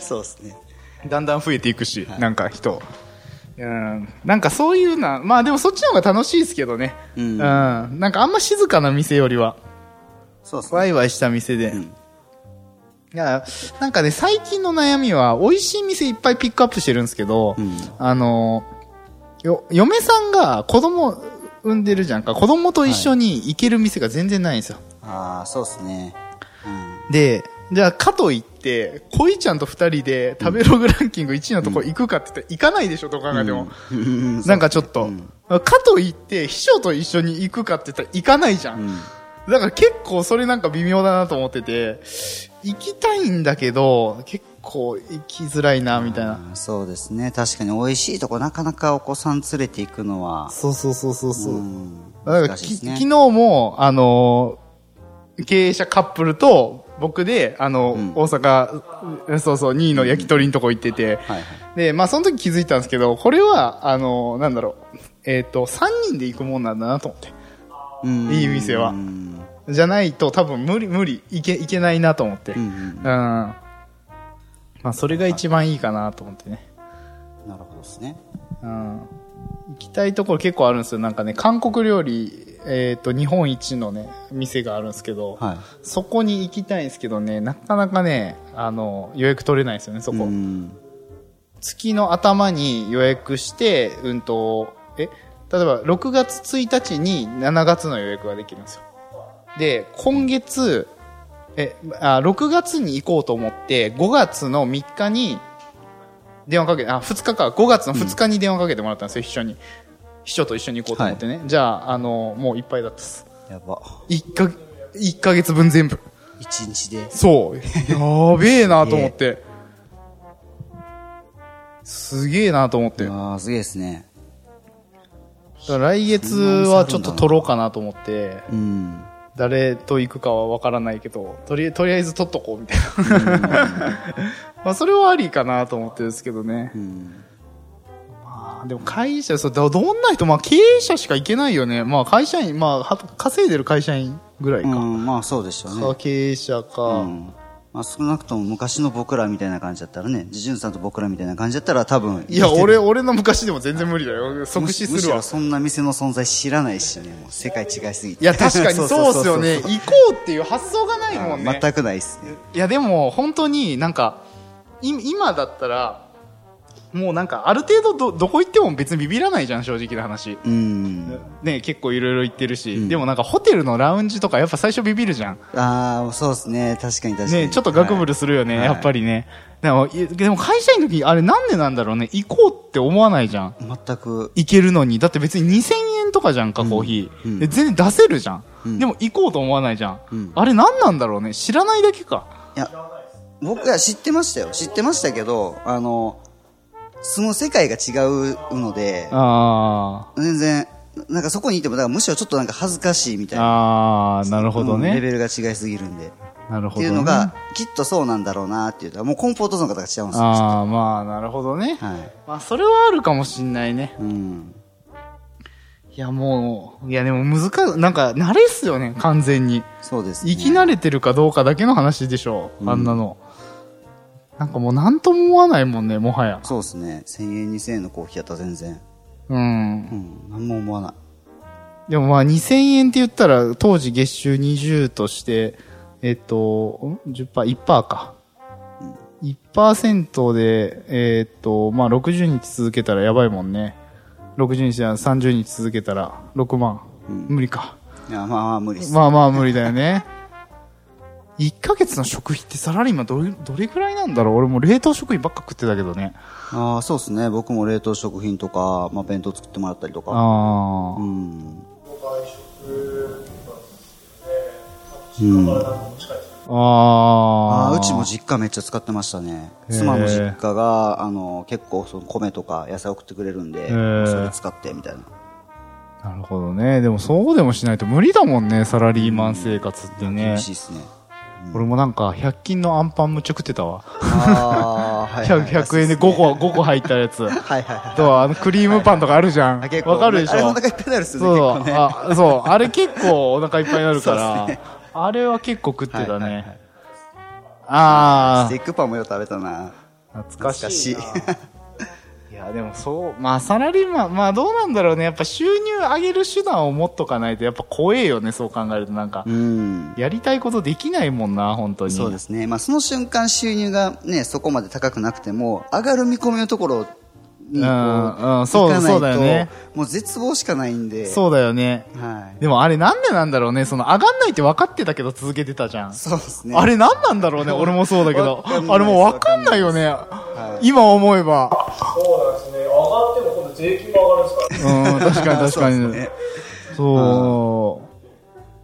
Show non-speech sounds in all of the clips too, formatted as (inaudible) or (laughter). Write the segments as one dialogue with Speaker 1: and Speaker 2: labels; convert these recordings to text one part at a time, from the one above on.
Speaker 1: そうですね。
Speaker 2: だんだん増えていくし、なんか人。うん、なんかそういうな、まあでもそっちの方が楽しいですけどね。
Speaker 1: う
Speaker 2: うんん。なんかあんま静かな店よりは、
Speaker 1: そうですね。
Speaker 2: ワイワイした店で。
Speaker 1: ん
Speaker 2: いや、なんかね、最近の悩みは、美味しい店いっぱいピックアップしてるんですけど、
Speaker 1: うん
Speaker 2: あの、よ、嫁さんが子供産んでるじゃんか、子供と一緒に行ける店が全然ないんですよ。
Speaker 1: ああ、そうですね。
Speaker 2: で、じゃあ、かといって、恋ちゃんと二人で食べログランキング1位のとこ行くかって言ったら行かないでしょ、と考えても。
Speaker 1: うん。
Speaker 2: なんかちょっと。かといって、秘書と一緒に行くかって言ったら行かないじゃん
Speaker 1: うん。
Speaker 2: だから結構それなんか微妙だなと思ってて、行きたいんだけど、結構行きづらいな、みたいな。
Speaker 1: あーそうですね。確かに美味しいとこなかなかお子さん連れて行くのは。
Speaker 2: そうそうそうそうそうう。
Speaker 1: ん。
Speaker 2: だから
Speaker 1: 難しい
Speaker 2: き
Speaker 1: です
Speaker 2: 昨
Speaker 1: ね。
Speaker 2: 日も、あのー経営者カップルと僕で、あの、
Speaker 1: うん
Speaker 2: 大阪、うそうそう、2位の焼き鳥のとこ行ってて、
Speaker 1: はいはい。
Speaker 2: で、まあその時気づいたんですけど、これは、あのーなんだろう、えっ、と、3人で行くもんなんだなと思って。
Speaker 1: うん
Speaker 2: いい店は
Speaker 1: うん
Speaker 2: じゃないと多分無理、無理、いけ、いけないなと思って。う
Speaker 1: う
Speaker 2: ん。
Speaker 1: ん。
Speaker 2: まあそれが一番いいかなと思ってね。
Speaker 1: なるほどですね。
Speaker 2: うん行きたいところ結構あるんですよ。なんかね、韓国料理、えっ、と、日本一のね、店があるんですけど、
Speaker 1: はい。
Speaker 2: そこに行きたいんですけどね、なかなかね、あの、予約取れないんですよね、そこ。
Speaker 1: うん
Speaker 2: 月の頭に予約して、うんと、え、例えば6月1日に7月の予約ができるんですよ。で、今月、え、あ、6月に行こうと思って、5月の3日に電話かけて、あ、2日か、5月の2日に電話かけてもらったんですよ、秘書に。秘書と一緒に行こうと思ってね。じゃあ、あの、もういっぱいだったっす。
Speaker 1: やば。
Speaker 2: 1か、一ヶ月分全部。
Speaker 1: 一日で。
Speaker 2: そう。やべえなと思
Speaker 1: (laughs)
Speaker 2: って。すげえなと思って。だか
Speaker 1: ああ、すげえですね。
Speaker 2: ら来月はちょっと撮ろうかなと思って、
Speaker 1: うん。
Speaker 2: 誰と行くかはわからないけど、とりあえとりあえず撮っとこうみたいな。
Speaker 1: (laughs)
Speaker 2: まあそれはありかなと思ってるんですけどね
Speaker 1: う。ん。
Speaker 2: まあでも会社、そうどどんな人、まあ経営者しか行けないよね。まあ会社員、まあは稼いでる会社員ぐらいか。
Speaker 1: うん、まあそうでしょうね
Speaker 2: か。経営者か。
Speaker 1: うんまあ、少なくとも昔の僕らみたいな感じだったらね、ジジュンさんと僕らみたいな感じだったら多分、
Speaker 2: いや、俺、俺の昔でも全然無理だよ。即死
Speaker 1: む
Speaker 2: す
Speaker 1: し
Speaker 2: る
Speaker 1: ろ
Speaker 2: わ。
Speaker 1: そんな店の存在知らないしね、もう世界違いすぎて。
Speaker 2: いや、確かに (laughs) そうっすよね。行
Speaker 1: (laughs) そうそうそう
Speaker 2: こうっていう発想がない
Speaker 1: そう
Speaker 2: もん
Speaker 1: あ
Speaker 2: ね。
Speaker 1: 全くないっすね。
Speaker 2: いや、でも、本当になんか、い今だったら、もうなんか、ある程度ど、どこ行っても別にビビらないじゃん、正直な話。
Speaker 1: うん。
Speaker 2: ね、結構いろいろ行ってるし、
Speaker 1: ん
Speaker 2: でもなんかホテルのラウンジとかやっぱ最初ビビるじゃん。
Speaker 1: ああ、そうですね。確かに確かに。
Speaker 2: ね、ちょっとガクブルするよね、
Speaker 1: はい
Speaker 2: やっぱりね。でも、いでも会社員の時、あれなんでなんだろうね、行こうって思わないじゃん。
Speaker 1: はい全く。
Speaker 2: いけるのに。だって別に2000円とかじゃんか、コーヒー。
Speaker 1: うん
Speaker 2: で全然出せるじゃん,、
Speaker 1: うん
Speaker 2: でも行こうと思わないじゃん。
Speaker 1: うん
Speaker 2: あれ何なんだろうね。知らないだけか。
Speaker 1: いや、僕は知ってましたよ。知ってましたけど、あの、その世界が違うので、
Speaker 2: あ
Speaker 1: 全然、なんかそこにいても、だからむしろちょっとなんか恥ずかしいみた
Speaker 2: ー。
Speaker 1: いな。
Speaker 2: あー、なるほど
Speaker 1: うんレ
Speaker 2: ね。
Speaker 1: ベルが違いすぎるんで。
Speaker 2: なる
Speaker 1: っ
Speaker 2: ほ
Speaker 1: て
Speaker 2: ど、ね。
Speaker 1: いうのが、きっとそうなんだろうなっていうのは、もうコンフォートゾーンが違うんですよ。は
Speaker 2: あー、まあ、なるほどね。
Speaker 1: い。
Speaker 2: まあ、それはあるかもしんないね。
Speaker 1: うん。
Speaker 2: いや、もう、いや、でも難しい。なんか、慣れっすよね、完全に。
Speaker 1: そうですね。
Speaker 2: 生き慣れてるかどうかだけの話でしょう、あんなの。なんかもう何とも思わないもんね、もはや。
Speaker 1: そうですね。1000円、2000円のコーヒーやったら全然。
Speaker 2: うん
Speaker 1: う。ん。なんも思わない。
Speaker 2: でもまあ2000円って言ったら、当時月収20として、えっと、ん10%、1%か。1%で、えっと、まあ60日続けたらやばいもんね。60日じゃない30日続けたら6万。無理か。
Speaker 1: いや、まあまあ無理っす。
Speaker 2: まあまあ無理だよね。1ヶ月の食費ってサラリーマンどれ、どれぐらいなんだろう俺もう冷凍食品ばっか食ってたけどね。
Speaker 1: ああ、そうですね。僕も冷凍食品とか、まあ弁当作ってもらったりとか。
Speaker 2: あ
Speaker 1: う
Speaker 2: あ。
Speaker 1: ん。
Speaker 3: 外食なんですけどね、立ちからなんか持ち帰って
Speaker 2: あ
Speaker 1: あ
Speaker 2: あ。
Speaker 1: あ、うちも実家めっちゃ使ってましたね。妻の実家が、あの、結構その米とか野菜送ってくれるんで、
Speaker 2: ー
Speaker 1: それ使ってみたいな。
Speaker 2: なるほどね。でもそうでもしないと無理だもんね、サラリーマン生活ってね
Speaker 1: 厳。しいっ
Speaker 2: (laughs)
Speaker 1: すね。
Speaker 2: 俺もなんか、100均のアンパンむっちゃ食ってたわ。
Speaker 1: ああ、はいはい、
Speaker 2: 100, 100円で5個、5個入ったやつ。あ
Speaker 1: はいはいはい。
Speaker 2: とは、あの、クリームパンとかあるじゃん。
Speaker 1: あ
Speaker 2: わ
Speaker 1: 結構
Speaker 2: かるでし
Speaker 1: あれ
Speaker 2: ょ
Speaker 1: お腹いっぱいになるっすよ
Speaker 2: そうそ
Speaker 1: ね結
Speaker 2: う
Speaker 1: 構ね
Speaker 2: あ、そう。あれ結構お腹いっぱいになるから、
Speaker 1: そうっすね
Speaker 2: あれは結構食ってたね。
Speaker 1: はいはいはいス
Speaker 2: あ
Speaker 1: ティックパンもよう食べたな。
Speaker 2: あ、懐かしい。
Speaker 1: かしい。
Speaker 2: いや、でもそう、まあサラリーマン、まあどうなんだろうね。やっぱ収入上げる手段を持っとかないと、やっぱ怖えよね、そう考えると。なんか
Speaker 1: う、ん。
Speaker 2: やりたいことできないもんな、本当に。
Speaker 1: そうですね。まあ、その瞬間収入がね、そこまで高くなくても、上がる見込みのところにこう、
Speaker 2: うんうんそう
Speaker 1: 行かな
Speaker 2: そ
Speaker 1: いと
Speaker 2: うだよね
Speaker 1: もう絶望しかないんで。
Speaker 2: そうだよね。
Speaker 1: はい。
Speaker 2: でもあれなんでなんだろうね。その上がんないって分かってたけど続けてたじゃん。
Speaker 1: そうですね。
Speaker 2: あれなんなんだろうね。俺もそうだけど。
Speaker 1: わかんない
Speaker 2: あれもう分かんないよね。今思えば。
Speaker 3: そうなんですね上がっても今度税金も上がるんですから
Speaker 2: うん、
Speaker 1: (laughs)
Speaker 2: 確かに確か
Speaker 1: そう
Speaker 2: に。
Speaker 1: ですね
Speaker 2: そう。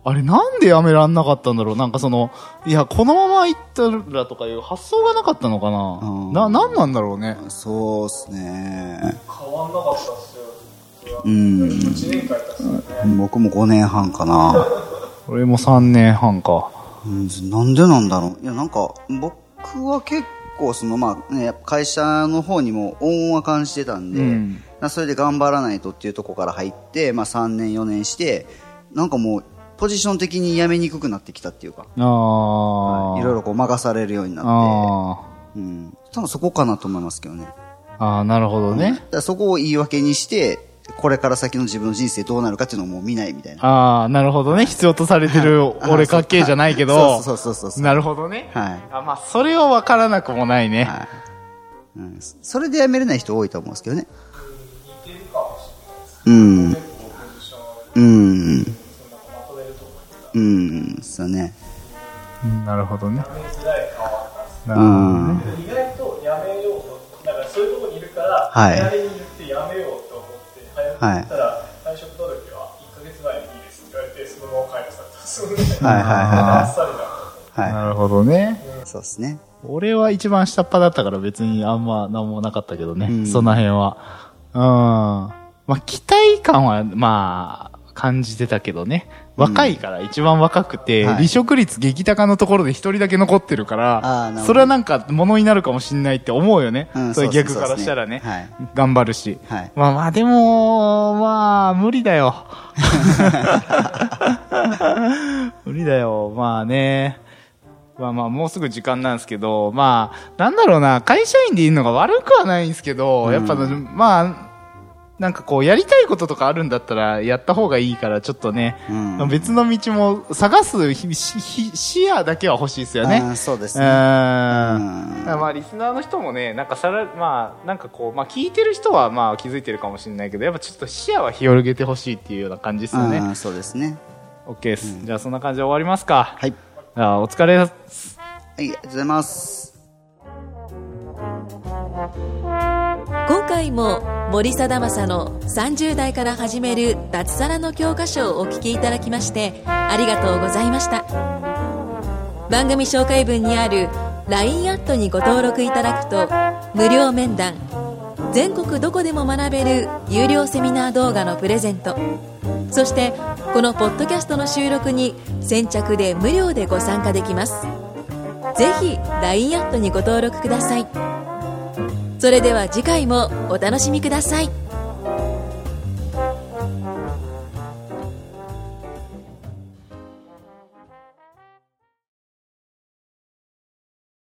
Speaker 2: あれなんでやめらんなかったんだろうなんかその、いや、このまま行ったらとかいう発想がなかったのか
Speaker 1: うん
Speaker 2: なな、なんなんだろうね。
Speaker 1: そうですね。
Speaker 3: 変わんなかったっすよ
Speaker 1: うん。
Speaker 3: 1年間やったっすよね
Speaker 1: 僕も5年半かな。
Speaker 2: 俺も3年半か。
Speaker 1: うん、なんでなんだろう。いや、なんか、僕は結構、その、まあ、ね、やっぱ会社の方にも恩は感じてたんで、
Speaker 2: うん
Speaker 1: なそれで頑張らないとっていうところから入って、まあ、3年、4年して、なんかもう、ポジション的に辞めにくくなってきたっていうか、
Speaker 2: ああ。
Speaker 1: いろいろこう任されるようになっ
Speaker 2: ああ。
Speaker 1: て、うん、多分そこかなと思いますけどね。
Speaker 2: ああ、なるほど
Speaker 1: だ
Speaker 2: ね。
Speaker 1: からそこを言い訳にして、これから先の自分の人生どうなるかっていうのをもう見ないみたいな。
Speaker 2: ああ、なるほどね。必要とされてる俺かっけえじゃないけど。
Speaker 1: そうそうそうそうそう。
Speaker 2: なるほどね。
Speaker 1: はい。
Speaker 2: あまあ、それは分からなくもないね。
Speaker 1: はいうん、それで辞めれない人多いと思うんですけどね。うん。うん。うん。そうね。
Speaker 2: うんなるほどね。な
Speaker 1: う
Speaker 2: るほど
Speaker 1: ん。
Speaker 3: 意外とやめようとだからそういうとこにいるから、
Speaker 1: はい
Speaker 3: 早めに言ってやめようと思って早く言ったら、退職届は1ヶ月前にいいですって言われてそのまま解除されたんですよね
Speaker 1: はいはいはいはい
Speaker 3: あっさりだ
Speaker 1: は
Speaker 2: なるほどね。
Speaker 1: い。そうですね。
Speaker 2: 俺は一番下っ端だったから別にあんま何もなかったけどね、
Speaker 1: うん
Speaker 2: その辺は。うん。まあ期待感は、まあ、感じてたけどね。若いから、一番若くて、
Speaker 1: はい
Speaker 2: 離職率激高のところで一人だけ残ってるか
Speaker 1: あーなるほ
Speaker 2: ら、
Speaker 1: ど
Speaker 2: それはなんか物になるかもしんないって思うよね。
Speaker 1: うん
Speaker 2: そういう
Speaker 1: そうそう
Speaker 2: 逆からしたらね。
Speaker 1: そうです
Speaker 2: 頑張るし。
Speaker 1: はい
Speaker 2: まあまあ、でも、まあ、無理だ
Speaker 1: (laughs)
Speaker 2: よ。無理だよ。まあね。まあまあ、もうすぐ時間なんですけど、まあ、なんだろうな、会社員でいるのが悪くはないんですけど、やっぱ、まあ、なんかこう、やりたいこととかあるんだったら、やった方がいいから、ちょっとね、
Speaker 1: うん
Speaker 2: まあ別の道も探すひひ視野だけは欲しいですよね。
Speaker 1: あーそうです
Speaker 2: う
Speaker 1: ね。
Speaker 2: ん
Speaker 1: うん
Speaker 2: だからまあリスナーの人もね、なんかさら、まあ、なんかこう、まあ聞いてる人はまあ気づいてるかもしれないけど、やっぱちょっと視野は広げてほしいっていうような感じですよ
Speaker 1: う
Speaker 2: ね。
Speaker 1: んそうですね。
Speaker 2: OK です。じゃあそんな感じで終わりますか。
Speaker 1: はい。
Speaker 2: じゃあお疲れっす。
Speaker 1: はい、ありがとうございます。
Speaker 4: 今回も森貞正の30代から始める脱サラの教科書をお聞きいただきましてありがとうございました番組紹介文にある LINE アットにご登録いただくと無料面談全国どこでも学べる有料セミナー動画のプレゼントそしてこのポッドキャストの収録に先着で無料でご参加できますぜひ LINE アットにご登録くださいそれでは次回もお楽しみください